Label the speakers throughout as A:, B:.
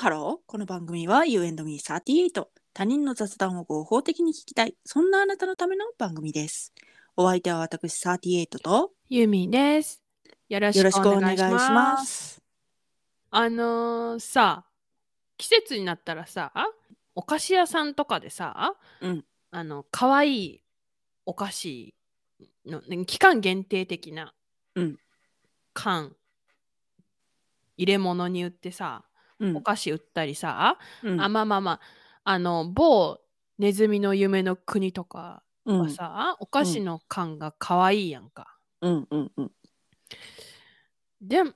A: ハローこの番組は You and me38 他人の雑談を合法的に聞きたいそんなあなたのための番組ですお相手は私38と
B: ゆみです。よろし
A: よろ
B: く
A: し
B: お
A: くお願い
B: 願い
A: し
B: します。
A: ます
B: あのーさ、季節になったらさ、お菓子屋さんとかでさ、
A: うん
B: あの可愛いお菓子のね期間限定的な
A: うん
B: 缶入れ物に売ってさ、
A: うん
B: お菓子売ったりさ、
A: うん
B: あまあまあまああの某ネズミの夢の国とか
A: うん
B: はさ、お菓子の缶が可愛いやんか。
A: うんうんうん
B: でも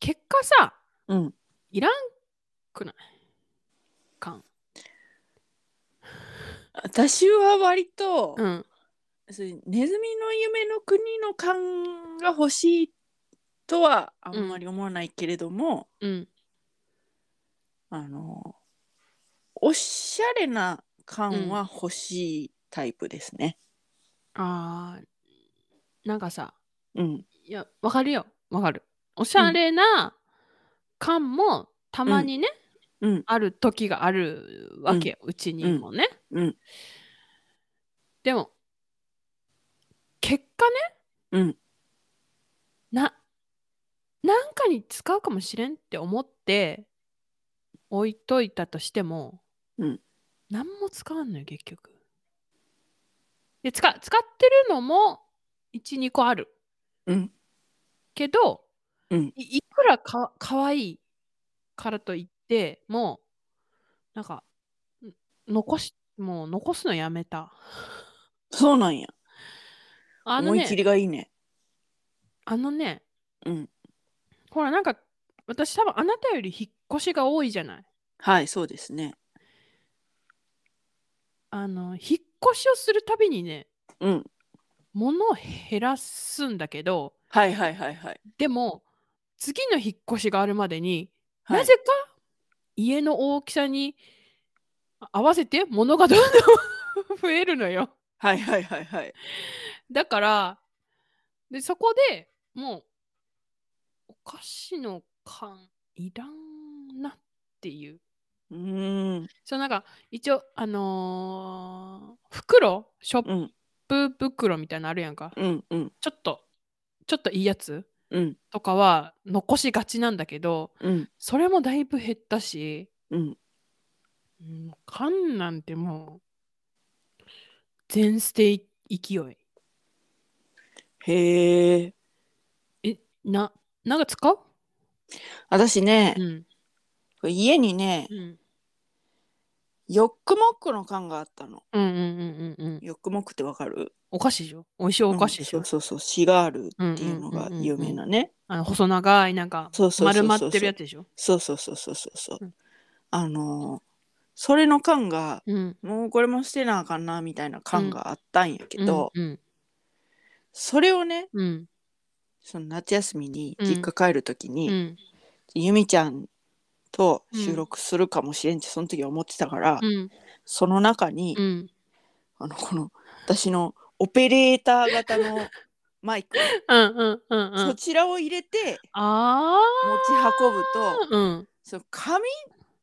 B: 結果さ
A: うん
B: いらんくないかん
A: 私は割と、
B: うん
A: そういうネズミの夢の国の感が欲しいとはあんまり思わないけれども、
B: うん
A: あのおしゃれな感は欲しいタイプですね。
B: あーなんかさ
A: うん、
B: いやわかるよわかるおしゃれな感もたまにね、
A: うんうん
B: ある時があるわけよ、うちにもね、
A: うん
B: でも結果ね、
A: うん
B: ななんかに使うかもしれんって思って置いといたとしても、
A: うん
B: 何も使わんのよ結局で使使ってるのも12個ある
A: うん、
B: けど、
A: うん
B: いいくらかかわいいからといってもうなんかん残しもう残すのやめた
A: そうなんや。
B: あの
A: 思い切
B: ね
A: りがいいね。
B: あのね
A: うん、
B: ほらなんか私多分あなたより引っ越しが多いじゃない
A: はい、そうですね。
B: あの引っ越しをするたびにね
A: うん、
B: 物を減らすんだけど
A: はいはいはいはい。
B: でも次の引っ越しがあるまでに、
A: はい
B: なぜか家の大きさに合わせて物がどんどん 増えるのよ
A: はいはいはいはい。
B: だからでそこでもうお菓子の缶いらんなっていう
A: うーん、
B: そうなんか一応あのー袋ショ
A: う
B: ッ
A: ん、
B: プ袋みたいなのあるやんか、
A: うん、うん、
B: ちょっとちょっといいやつ
A: うん、
B: とかは残しがちなんだけど
A: うん、
B: それもだいぶ減ったし、
A: うん。
B: うん、缶なんてもう全捨て勢い
A: へえ。
B: えななんか使う、
A: 私ね、
B: うん
A: 家にね、
B: うん、
A: ヨックモックの缶があったの。
B: うんうんうんうんうん
A: ヨックモックってわかる
B: お菓子でしょ美味しいお菓子でしょ、
A: うんそうそうそう、シガールっていうのが
B: うんうんうんうんうん
A: 有名なね。
B: あの細長いなんか
A: そうそうそうそ
B: 丸
A: う
B: まってるやつでしょ
A: そうそうそうそうそうそう。
B: うん
A: あのーそれの缶が
B: うん
A: もうこれも捨てなあかんなみたいな缶があったんやけど、
B: うん
A: それをね
B: うん
A: その夏休みに
B: うん
A: 実家帰る時
B: う
A: に、
B: ん
A: ゆみちゃんと収録するかもしれんってその時は思ってたから、
B: うん
A: その中に、
B: うん
A: あのこの私のオペレーター型 のマイク、
B: うんうんうんう
A: そ
B: ん
A: ちらを入れて
B: あ
A: 持ち運ぶと
B: あうん
A: その紙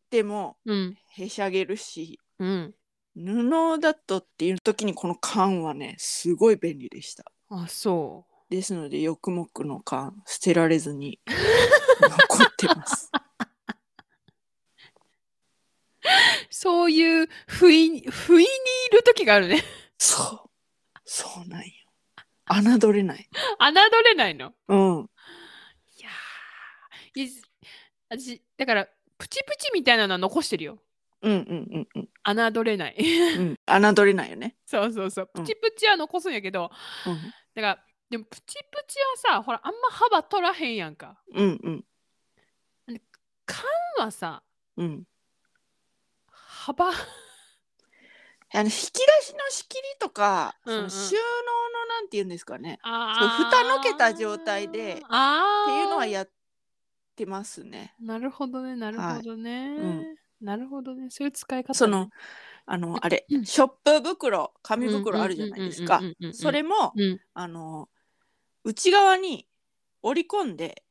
A: でも
B: うん
A: へしゃげるし
B: うん
A: 布だとっていう時にこの缶はねすごい便利でした
B: あそ
A: ですのでよくもくの缶捨てられず に残ってます
B: うそういう不意に不意にいる時があるね
A: そうそうなんよ侮れない
B: 侮れないの
A: うん
B: いやーいや私だからプチプチみたいなのは残してるよ
A: うんうんうん
B: 侮れない
A: うんうん侮れないよね
B: そうそうそう
A: うん
B: プチプチは残すんやけど、
A: うん
B: だからでもプチプチはさほらあんま幅取らへんやんか
A: うんうん
B: 缶はさ
A: うん
B: 幅
A: あの引き出しの仕切りとか、
B: うんうん
A: その収納のなんて言うんですかね
B: あー
A: 蓋のけた状態で
B: あ
A: っ
B: ー
A: ていうのはやってますね
B: なるほどねなるほどね、
A: うん
B: なるほどねそういう使い方ね
A: そのあのあれショップ袋紙袋あるじゃないですか
B: うんうんうんうんうんうん
A: それも
B: うん
A: あの内側に折り込んで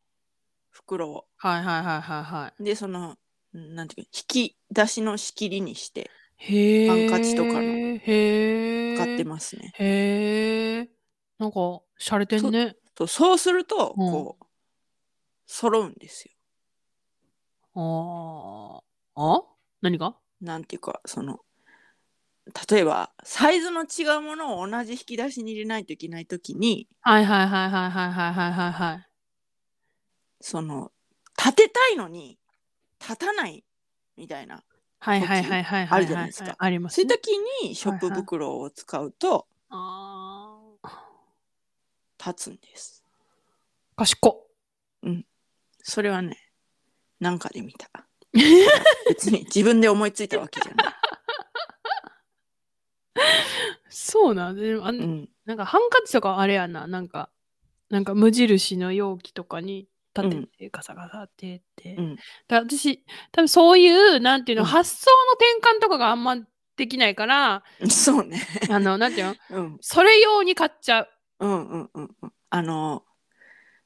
A: 袋を
B: はいはいはいはいはい
A: でそのうんなんていうか引き出しの仕切りにして
B: へえ。
A: ハンカチとかの
B: へえ。
A: 買ってますね。
B: へえ。なんか、洒落てんね。
A: とそうすると
B: うん
A: こう、揃うんですよ。
B: ああ。あ何が
A: なんていうかその例えばサイズの違うものを同じ引き出しに入れないといけない時に
B: はいはいはいはいはいはいはいはいはい。
A: その立てたいのに立たないみたいな
B: はいはいはいはいはいはいはい。
A: あるじゃないですか
B: ありま
A: そ
B: す
A: ういう
B: ね。
A: 時にショップ袋を使うと
B: ああ。
A: 立つんです。
B: 賢っ。
A: それはねなんかで見 た。別に自分で思いついたわけじゃない。
B: そうなんでもあ
A: うん、
B: なんかハンカチとかはあれやな、なんか、なんか無印の容器とかに立てて、ガサガサってって。
A: うん
B: だ私、多分そういう、なんていうの、
A: うん
B: 発想の転換とかがあんまできないから、
A: そうね。
B: あ の、なんていうの、
A: うん、
B: それ用に買っちゃう。
A: うん、うん、うんうん。あの、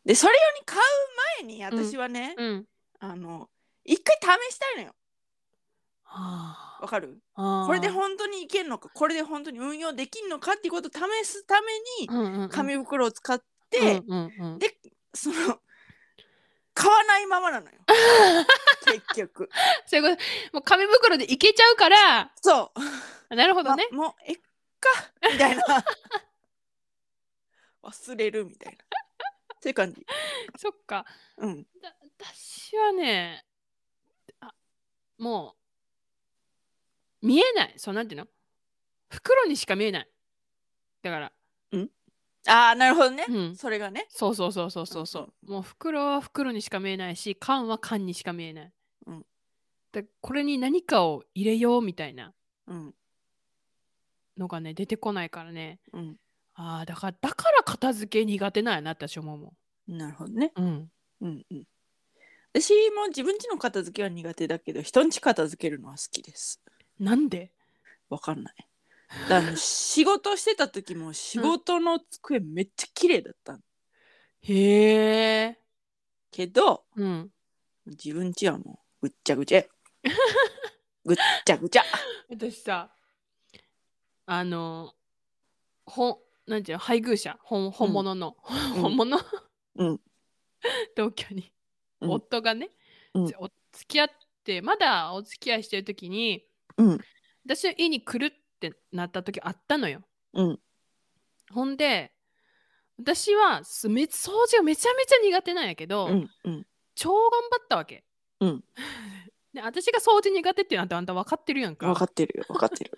A: で、それ用に買う前に、私はね、
B: うん。
A: あの、一回試したいのよ。
B: あ
A: わかる
B: あ
A: これで本当にいけるのか、これで本当に運用できるのかっていうことを試すために、
B: に
A: 紙袋を使っ
B: で
A: て、
B: うんうんうん
A: でその、買わないまま なのよ。結局。
B: そういうこともう紙袋でいけちゃうから
A: そう。
B: なるほどね、
A: まもうえっか みたいな忘れるみたいなそういう感じ
B: そっか
A: うん
B: だ私はねあもう見えないそうなんていうの袋にしか見えないだから、
A: ああなるほどね、
B: うん、
A: それがね
B: そうそうそうそうそうそう、もう袋は袋にしか見えないし缶は缶にしか見えない、
A: うん
B: でこれに何かを入れようみたいな
A: うん
B: のがね出てこないからね
A: うん
B: あーだからだから片付け苦手なんやなって私思うも
A: なるほどね
B: ん、うん、
A: うんうん私も自分家の片付けは苦手だけど人ん家片付けるのは好きです
B: なんで
A: わかんないだから仕事してた時も仕事の机めっちゃ綺麗だった
B: へえ
A: けど
B: うん
A: 自分家はもうぐっちゃぐちゃよぐっちゃぐちゃ
B: 私さあのほなんていうの配偶者本本物の、
A: うん
B: 本物、
A: うん
B: 同居に、
A: うん
B: 夫がね、
A: うん
B: お付き合ってまだお付き合いしてる時に
A: うん
B: 私の家に来るってなった時あったのよ
A: うん
B: ほんで私はすめ掃除がめちゃめちゃ苦手なんやけど、
A: うんうん
B: 超頑張ったわけ。
A: うん
B: で私が掃除苦手っていうのはあんた分かってるやんか
A: 分かってるよ分かってる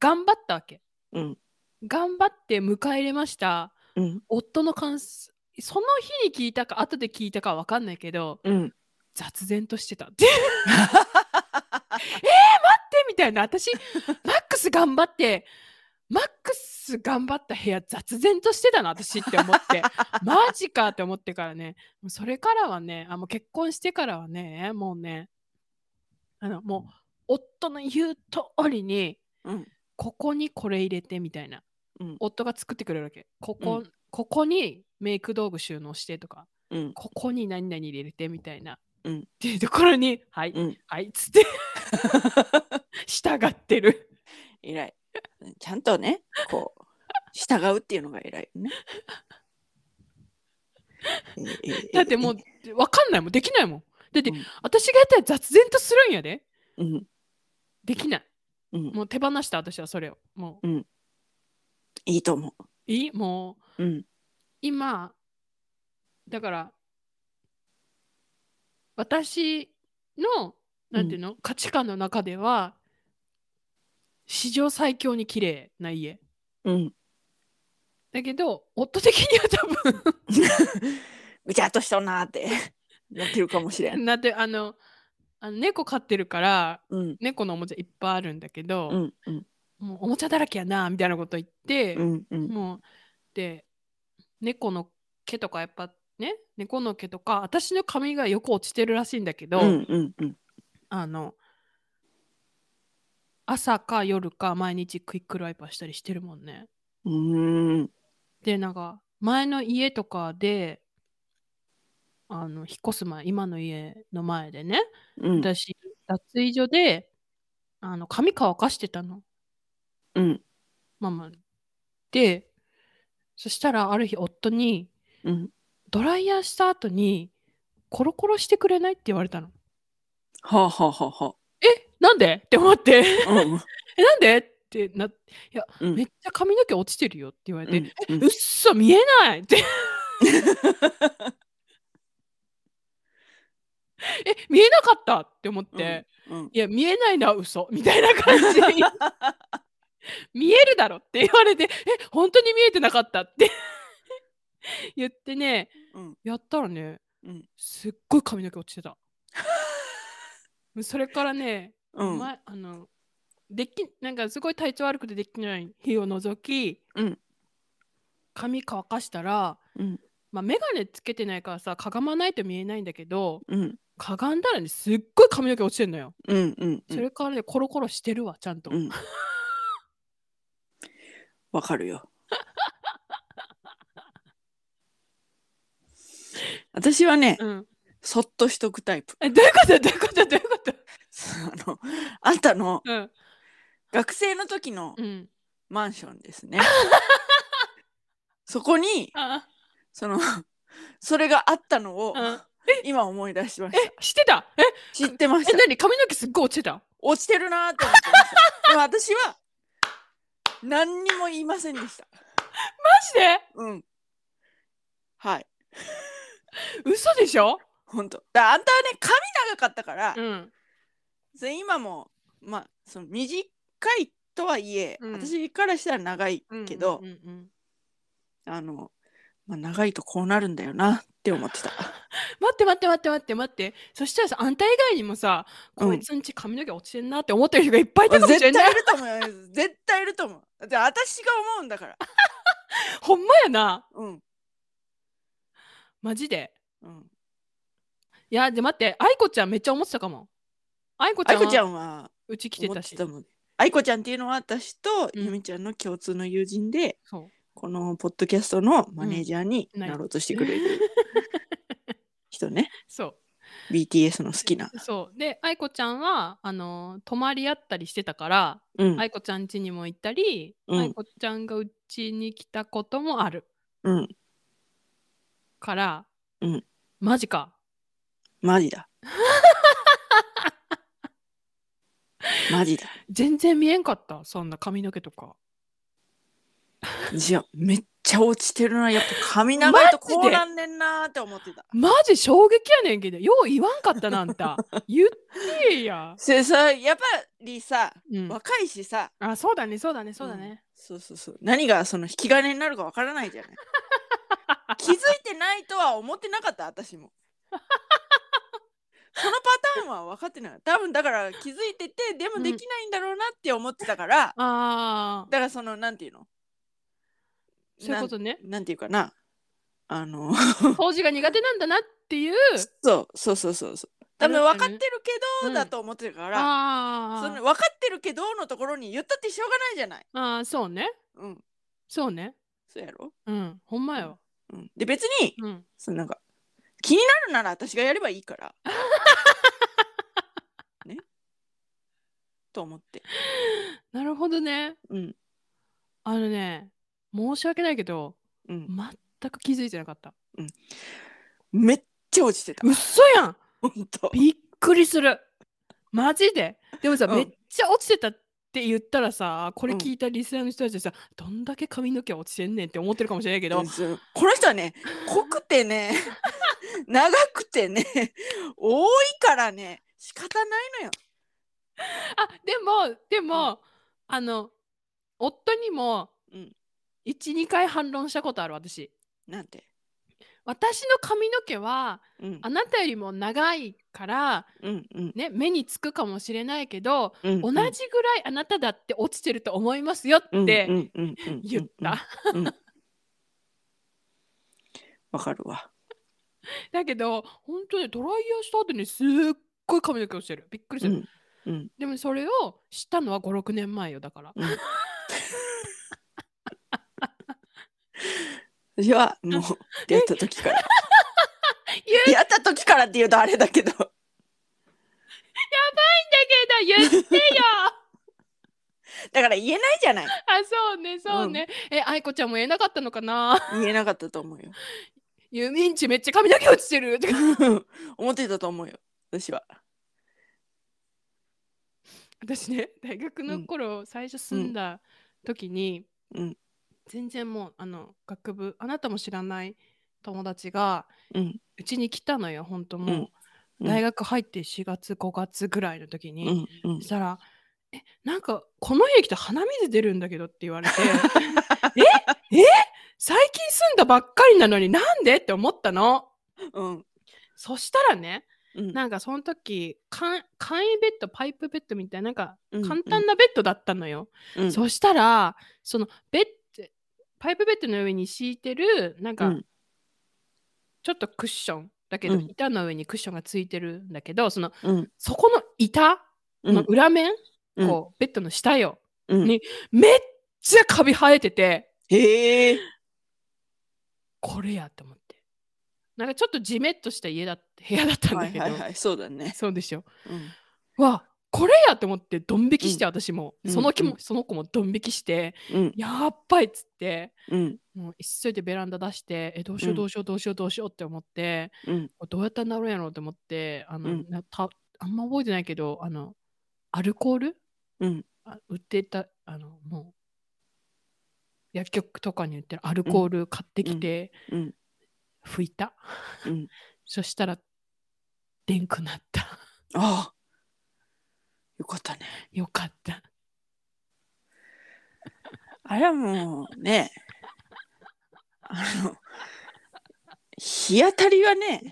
B: 頑張ったわけ
A: うん
B: 頑張って迎え入れました
A: うん
B: 夫の感想その日に聞いたか後で聞いたかは分かんないけど
A: うん
B: 雑然としてた ってえー、待ってみたいな私マックス頑張ってマックス頑張った部屋雑然としてたな私って思ってマジかって思ってからねもうそれからはねあもう結婚してからはねもうねあのもう夫の言う通りに
A: うん
B: ここにこれ入れてみたいな、
A: うん
B: 夫が作ってくれるわけここ、
A: う
B: ここにメイク道具収納してとか
A: うん
B: ここに何々入れてみたいな、
A: うん
B: っていうところに「はい、
A: うん
B: はい」っつって 従ってる
A: 偉いちゃんとねこう従うっていうのが偉いよね えーえー
B: だってもう
A: え
B: 分かんないもんできないもんだって、
A: うん
B: 私がやったら雑然とするんやで
A: ーうん
B: できない
A: うん
B: もう手放した私はそれをもう
A: いいと思
B: いいもう
A: ううん
B: 今だから私のなんていうの、価値観の中では史上最強に綺麗な家
A: うん
B: だけど夫的には多分
A: ぐちゃっとしとんなーってなってるかもし れん
B: なってあのあの猫飼ってるから
A: うん
B: 猫のおもちゃいっぱいあるんだけど、
A: うんうん
B: もうおもちゃだらけやなみたいなこと言って、
A: うんうん
B: もうで猫の毛とかやっぱね猫の毛とか私の髪がよく落ちてるらしいんだけど、
A: うんうんうん
B: あの朝か夜か毎日クイックルワイパーしたりしてるもんね。
A: うーん
B: でなんか前の家とかであの引っ越す前今の家の前でね
A: うん。
B: 私脱衣所であの髪乾かしてたの
A: うん。
B: ママでそしたらある日夫に
A: うん。
B: ドライヤーした後にコロコロしてくれないって言われたの
A: はあ、はあはあは
B: えなんでって思って
A: あ、うん。
B: えなんでってなっていや、
A: うん
B: めっちゃ髪の毛落ちてるよって言われて、
A: うんうん
B: うっそ見えないって え見えなかったって思って、
A: うん。
B: いや見えないのは嘘みたいな感じ 見えるだろって言われてえ本当に見えてなかったって言ってね
A: うん。
B: やったらね
A: うん。
B: すっごい髪の毛落ちてたそれからね、
A: うん。
B: 前あのできなんかすごい体調悪くてできない日を除き、
A: うん
B: 髪乾かしたら、
A: うん
B: まあ、眼鏡つけてないからさかがまないと見えないんだけど
A: うん。
B: かがんだらねすっごい髪の毛落ちてんのよ
A: うん。うん。
B: それからね、コロコロしてるわちゃんと、
A: うん。わかる よ。私はね、
B: うん
A: そっとしとくタイプ。
B: えどういうことどういうことどういうこと
A: あの、あんたの
B: うん
A: 学生の時の
B: うん
A: マンションですね。そこに、
B: あ
A: その、それがあったのを
B: うん、
A: 今思い出しまし
B: えしてたえ
A: た。知ってまし
B: え
A: た。
B: 何髪の毛すっごい落ちてた
A: 落ちてるなーって思ってました。でも私は、何にも言いませんでした。
B: マ
A: うん。はい。
B: ジで嘘でしょ
A: 本当。だあんたはね髪長かったから、
B: うん
A: それ今もまあその短いとはいえ、
B: うん
A: 私からしたら長いけど、
B: うんうんうんうん
A: あの、まあ、長いとこうなるんだよなって思ってた。
B: 待って待って待って待って待ってそしたらさあんた以外にもさ
A: うん
B: こいつんち髪の毛落ちてんなって思ってる人がいっぱいいたかもしれ
A: 絶
B: な
A: 対
B: い、
A: いると思うよ。 絶対いると思う。だって私が思うんだから。
B: ほんまやな
A: うん。
B: マジで
A: うん。
B: いやで待って愛子ちゃんめっちゃ思ってたかも愛子ち
A: 愛
B: ゃん
A: 子
B: は
A: ちゃんは
B: うち来て
A: 思ったて
B: した
A: もん。愛子ちゃんっていうのは私と
B: うん
A: ゆみちゃんの共通の友人で、
B: そう
A: このポッドキャストのマネージャーに
B: うんなり
A: なろうとしてくれる人ね。
B: そ
A: BTS の好きな。
B: うそうで愛子ちゃんはあの泊まり合ったりしてたから
A: うん。
B: 愛子ちゃん家にも行ったり、
A: うん
B: 愛子ちゃんがうちに来たこともある
A: うん。
B: から、
A: うん
B: マジか
A: マジだ。マジだ。
B: 全然見えんかったそんな髪の毛とか
A: じゃあ、めっちゃ落ちてるな。やっぱ髪長いとこうなんねんなーって思ってた。
B: マジ衝撃やねんけどよう言わんかったな あんた言ってや、
A: せさ、やっぱりさ、
B: うん、
A: 若いしさ、
B: あそうだねそうだねそうだね、
A: そうそうそう。何がその引き金になるかわからないじ ゃない。気づいてないとは思ってなかった私も そのパターンは分かってない多分だから気づいててで
B: う
A: も
B: ん
A: できないんだろうなって思ってたから、
B: ああ
A: だからそのなんていうの
B: そういうことね
A: なんなんていうかなあ の
B: 掃除が苦手なんだなっていう
A: そうそうそうそうそう多分分かってるけど、
B: うん
A: だと思ってるから、そ
B: あ
A: の分かってるけどのところに言ったってしょうがないじゃない
B: ああそうね
A: うん
B: そうね
A: そうやろ、
B: うんほんまよ、
A: うん、で別に
B: うん、
A: そのなんか気になるなら私がやればいい から。ね。と思って。
B: なるほどね
A: うん
B: あのね申し訳ないけど
A: うん。
B: 全く気づいてなかった
A: めっちゃ落ちてた。
B: 嘘やん
A: 本当。
B: びっくりするマジででもさ、
A: うん
B: めっちゃ落ちてたって言ったらさこれ
A: うん
B: 聞いたリスナーの人たちはさ、どんだけ髪の毛落ちてんねんって思ってるかもしれないけど、
A: そうこの人はね、濃くてね、長くてね、多いからね、仕方ないのよ。
B: あでもでも、
A: う
B: あの夫にも
A: うん
B: 12回反論したことある私
A: なんて。
B: 私の髪の毛は
A: うん
B: あなたよりも長いから、
A: うんうん
B: ね、目につくかもしれないけど、
A: うん。
B: 同じぐらいあなただって落ちてると思いますよって
A: うんうんうんうんうん
B: 言った、
A: わかるわ。
B: だけど本当にドライヤーした後にすっごい髪の毛落ちてるびっくりす
A: う
B: る、
A: んうん
B: でもそれを知ったのは56年前よ だから
A: うん 私はもう出会った時から
B: い
A: 出会った時からって言うとあれだけど。
B: けど言ってよ
A: だから言えないじゃない。
B: あそうねそうね、え愛子ちゃんも言えなかったのかな
A: 言えなかったと思うよ。
B: ユミンチめっちゃ髪の毛落ちてるとか
A: 思ってたと思うよ。私は。
B: 私ね 大学の頃、最初住んだ時に、
A: うん
B: 全然もうあの学部あなたも知らない友達が
A: うん。
B: うちに来たのよ本当もう、
A: うん
B: 大学入って4月5月ぐらいの時
A: う
B: に、
A: ん。うん
B: そし。たら「えなんかこの家来て鼻水出るんだけど」って言われ て「ええ最近住んだばっかりなのになんで?」って思ったの。
A: うん。
B: そしたらね
A: うん。
B: なんかその時簡簡易ベッドパイプベッドみたいななんか
A: うん
B: 簡単なベッドだったのよ。
A: うん
B: そしたらそのベッドパイプベッドの上に敷いてるなん
A: う
B: か
A: ん
B: ちょっとクッションだけど、
A: うん
B: 板の上にクッションがついてるんだけどその
A: うん。
B: そこの板の裏面、
A: うん
B: こうベッドの下よ
A: うん
B: ねめっちゃカビ生えてて
A: へえ。
B: これやと思ってなんかちょっとジメッとした家だ部屋だったん
A: は
B: だ
A: い
B: けど、
A: はいはい。そうだね。
B: そうでしょ
A: うん
B: わこれやと思ってドン引きして私も、
A: うん
B: その気も、
A: うん
B: その子もドン引きして、
A: うん。
B: やっばいっつって
A: うん。
B: もう急いでベランダ出してえどうしよ
A: う
B: うんどうしようどうしようどうしようって思って、
A: うん
B: どうやったんだろうやろうと思ってあの、
A: うん
B: なたあんま覚えてないけどあのアルコール、
A: うん
B: あ売ってたあのもう薬局とかに売ってるアルコール買ってきて、
A: うんうん
B: 拭いた、
A: うん
B: そしたらでんくなった
A: ああ。よかったね。
B: よかった
A: あれはもうね、あの、日当たりはね、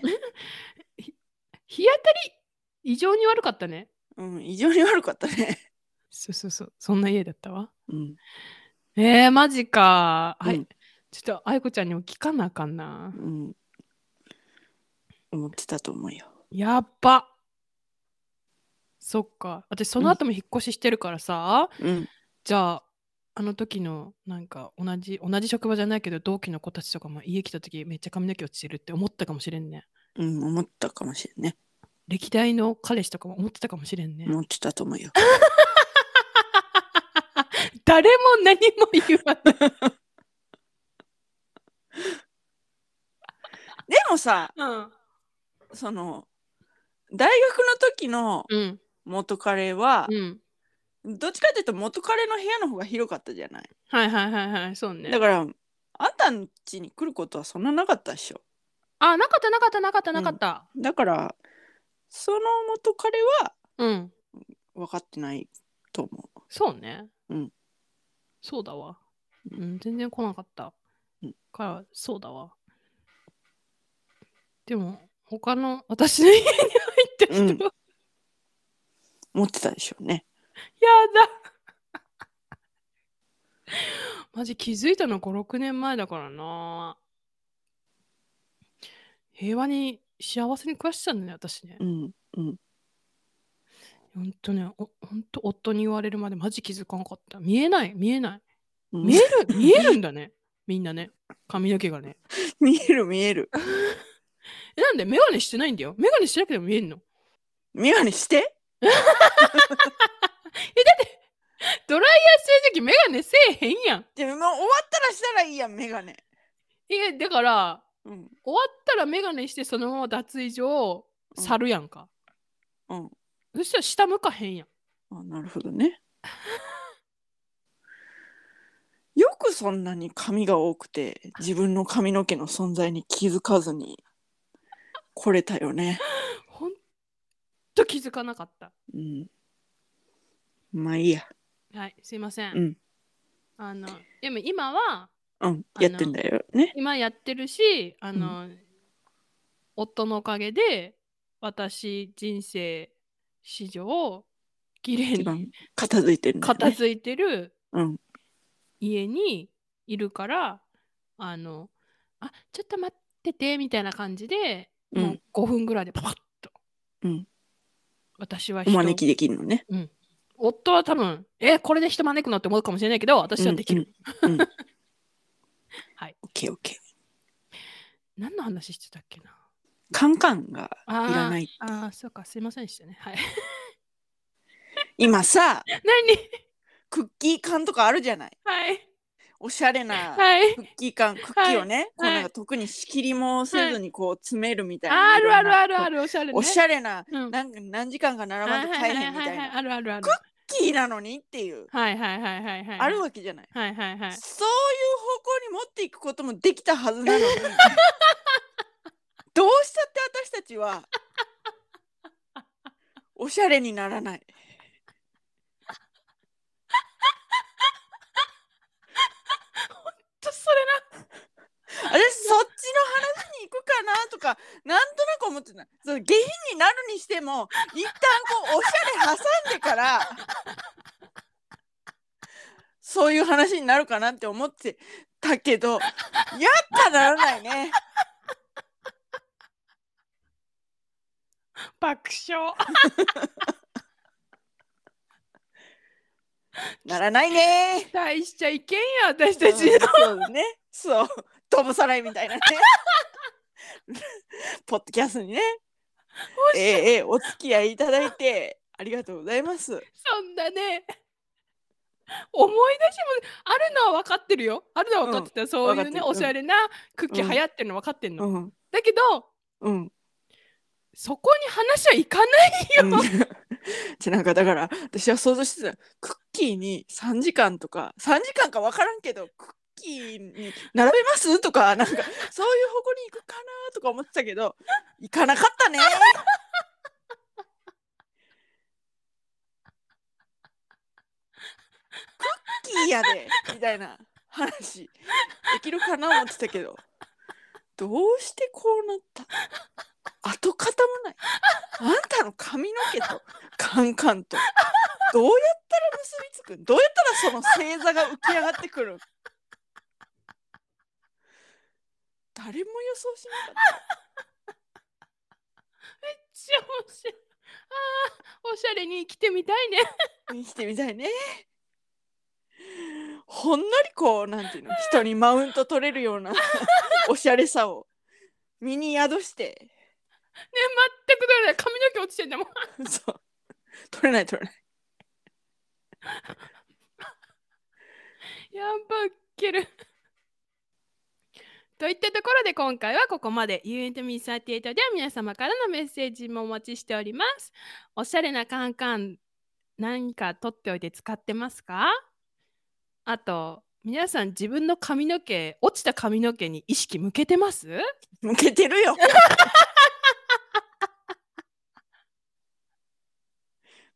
B: 日当たり異常に悪かったね
A: うん、異常に悪かったね。
B: そうそうそうそんな家だったわ
A: うん。
B: えー、マジか。はい、
A: うん
B: ちょっと愛子ちゃんにも聞かなあかんな
A: う。ん。思ってたと思うよ。
B: やっば。そっか。私その後も引っ越ししてるからさ、
A: うん。
B: じゃああの時のなんか同じ同じ職場じゃないけど同期の子たちとかも家来た時めっちゃ髪の毛落ちてるって思ったかもしれんね。
A: うん、思ったかもしれんね。
B: 歴代の彼氏とかも思ってたかもしれんね。
A: 思ってたと思うよ。
B: 誰も何も言わない。
A: でもさ、
B: うん。
A: その、大学の時の
B: うん。
A: 元彼は、
B: うん。
A: どっちかっていうと元彼の部屋の方が広かったじゃない。
B: はいはいはいはい。そうね
A: だ。から、あんたん家に来ることはそんななかったでしょ。
B: あ、なかったなかったなかったなかった。
A: だから、その元彼は
B: うん
A: 分かってないと思う。
B: そうね。
A: うん。
B: そうだわ。
A: う
B: うんん、全然来なかった。
A: うん
B: から、そうだわ。でも、他の私の家に入った人、
A: うん
B: やだ。
A: 思ってたでしょうね。
B: マジ気づいたの5、6年前だからな。平和に幸せに暮らしてたんだね、私ね
A: う。ん。うん。
B: ほんとね、おほんと夫に言われるまでマジ気づかなかった。見えない、見えない。
A: うん
B: 見え る、見えるんだね。みんなね。髪の毛がね。
A: 見える見える。
B: えなんでメガネしてないんだよ。メガネしてなくても見えんの。
A: 眼鏡して
B: ドライヤーしてる時メガネせえへんやん。
A: でももう終わったらしたらいいやん、眼鏡。
B: いやだから
A: うん。
B: 終わったらメガネしてそのまま脱衣所
A: うん
B: 去るやんか。
A: うん。
B: そしたら下向かへんやん。
A: あなるほどね。 よくそんなに髪が多くて自分の髪の毛の存在に気づかずに来れたよね。
B: ほんと気づかなかった。
A: うん。まあいいや。
B: はいすいません。
A: うん
B: あのでも今は
A: うん。やってんだよね。
B: 今やってるしあの、夫のおかげで私人生史上綺麗
A: 一
B: に
A: 番片付いてるんだよね、
B: 片付いてる
A: うん。
B: 家にいるからあのあちょっと待っててみたいな感じで、
A: うん
B: もう5分ぐらいでパパッと、
A: うん
B: 私は
A: お
B: 人
A: 招きできるのね。
B: 夫は多分えこれで人招くのって思うかもしれないけど私はできる、
A: うん。うん。
B: はい。
A: オッケーオッケー。
B: 何の話してたっけな
A: カンカンがいらない。
B: ああ、そうか、すいませんでしたね。はい。
A: 今さ、
B: 何
A: クッキー缶とかあるじゃない。
B: はい。
A: おしゃれな
B: はい
A: ク。ッキー缶、クッキーをね、こうなんか特に仕切りもせずにこう詰めるみたいな。
B: あ
A: いろ
B: る
A: んな
B: あるあるある、おしゃれ、ね。
A: おしゃれな、
B: うん
A: なんか何時間か並ばんと買えへんみたいな。
B: あるあるある。
A: クッキーなのにっていう、
B: はいはいはいはいはい。
A: あるわけじゃない。
B: はいはいはい。
A: そういう方向に持っていくこともできたはず なのにどうしたって私たちはおしゃれにならない。
B: とそれ
A: 私そっちの話に行くかなとかなんとなく思ってたその下品になるにしても一旦こうおしゃれ挟んでからそういう話になるかなって思ってたけどや っぱならないね。
B: な爆笑。
A: ならないね
B: 大しちゃいけんや私
A: う
B: た
A: ん
B: ちの。
A: そうですね。そう。トムサライみたい なね。ポッドキャストにね。ええええお付き合いいただいてありがとうございます。
B: そんなね。思い出しもあるのは分かってるよ。あるのは分かってた、そうい
A: 分
B: う
A: かって
B: ね
A: る
B: おしゃれなクッキー流行ってるの分かってんの。
A: うん。
B: だけど
A: うん。
B: そこに話はいかないよ。
A: じゃなんかだから私は想像してたクッキーに3時間とか3時間か分からんけどクッキーに並べますとかなんかそういう方向に行くかなとか思ってたけど行かなかったね。クッキーやでみたいな話できるかな思ってたけどどうしてこうなった跡形もないあんたの髪の毛と カンカンとどうやったら結びつくんどうやったらその星座が浮き上がってくるん誰も予想しなかっ
B: めっちゃ面白いあーおしゃれに生きてみたいね。
A: た生きてみたいねほんのりこうなんていうの人にマウント取れるようなおしゃれさを身に宿して
B: ね全く取れない髪の毛落ちてんだもん。
A: そう取れない取れない
B: やばっける。 といったところで今回はここまで You and me38 では皆様からのメッセージもお待ちしております。おしゃれなカンカン何か取っておいて使ってますかあと皆さん自分の髪の毛落ちた髪の毛に意識向けてます
A: 向けてる よ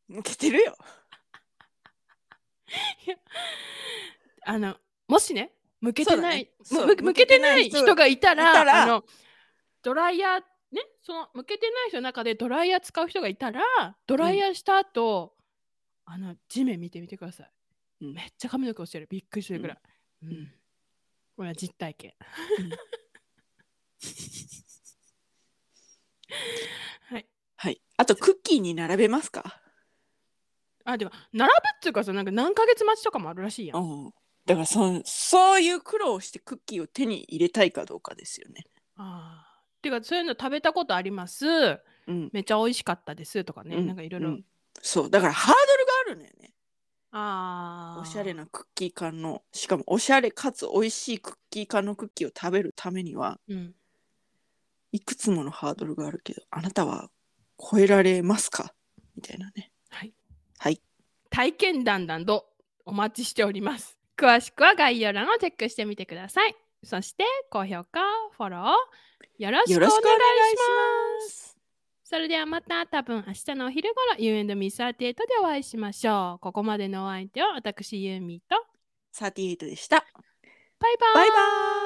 A: 向けてるよ
B: あのもしね向けてない、
A: そうだね
B: む
A: そう
B: 向けてない人がいたら
A: いたら
B: あのドライヤーねその向けてない人の中でドライヤー使う人がいたらドライヤーした後、あの地面見てみてください、
A: うん
B: めっちゃ髪の毛落ちてるびっくりするぐらい、うん
A: ん
B: これは実体験、
A: うん
B: はい
A: はい。あと、クッキーに並べますか
B: あでも並ぶっていうかさなんか何ヶ月待ちとかもあるらしいやん
A: ん。だからそ、そういう苦労をしてクッキーを手に入れたいかどうかですよね。
B: あーてかそういうの食べたことあります
A: うん。
B: めっちゃ美味しかったですとかね、
A: うん
B: なんかいろいろ、
A: うんそう。だから、ハードルがあるのよね。
B: ああ
A: おしゃれなクッキー缶の、しかもおしゃれかつ美味しいクッキー缶のクッキーを食べるためには、
B: うん
A: いくつものハードルがあるけど、あなたは超えられますかみたいなね。
B: はい
A: はい。
B: 体験談などお待ちしております詳しくは概要欄をチェックしてみてくださいそして高評価フォローよろしく
A: よろしくお
B: お願いし
A: 願いし
B: ます
A: ます。
B: それではまた多分明日のお昼ごろ U&Me38 でお会いしましょうここまでのお相手は私ユーミーと
A: 38でした。
B: バイバーイ
A: バイバーイ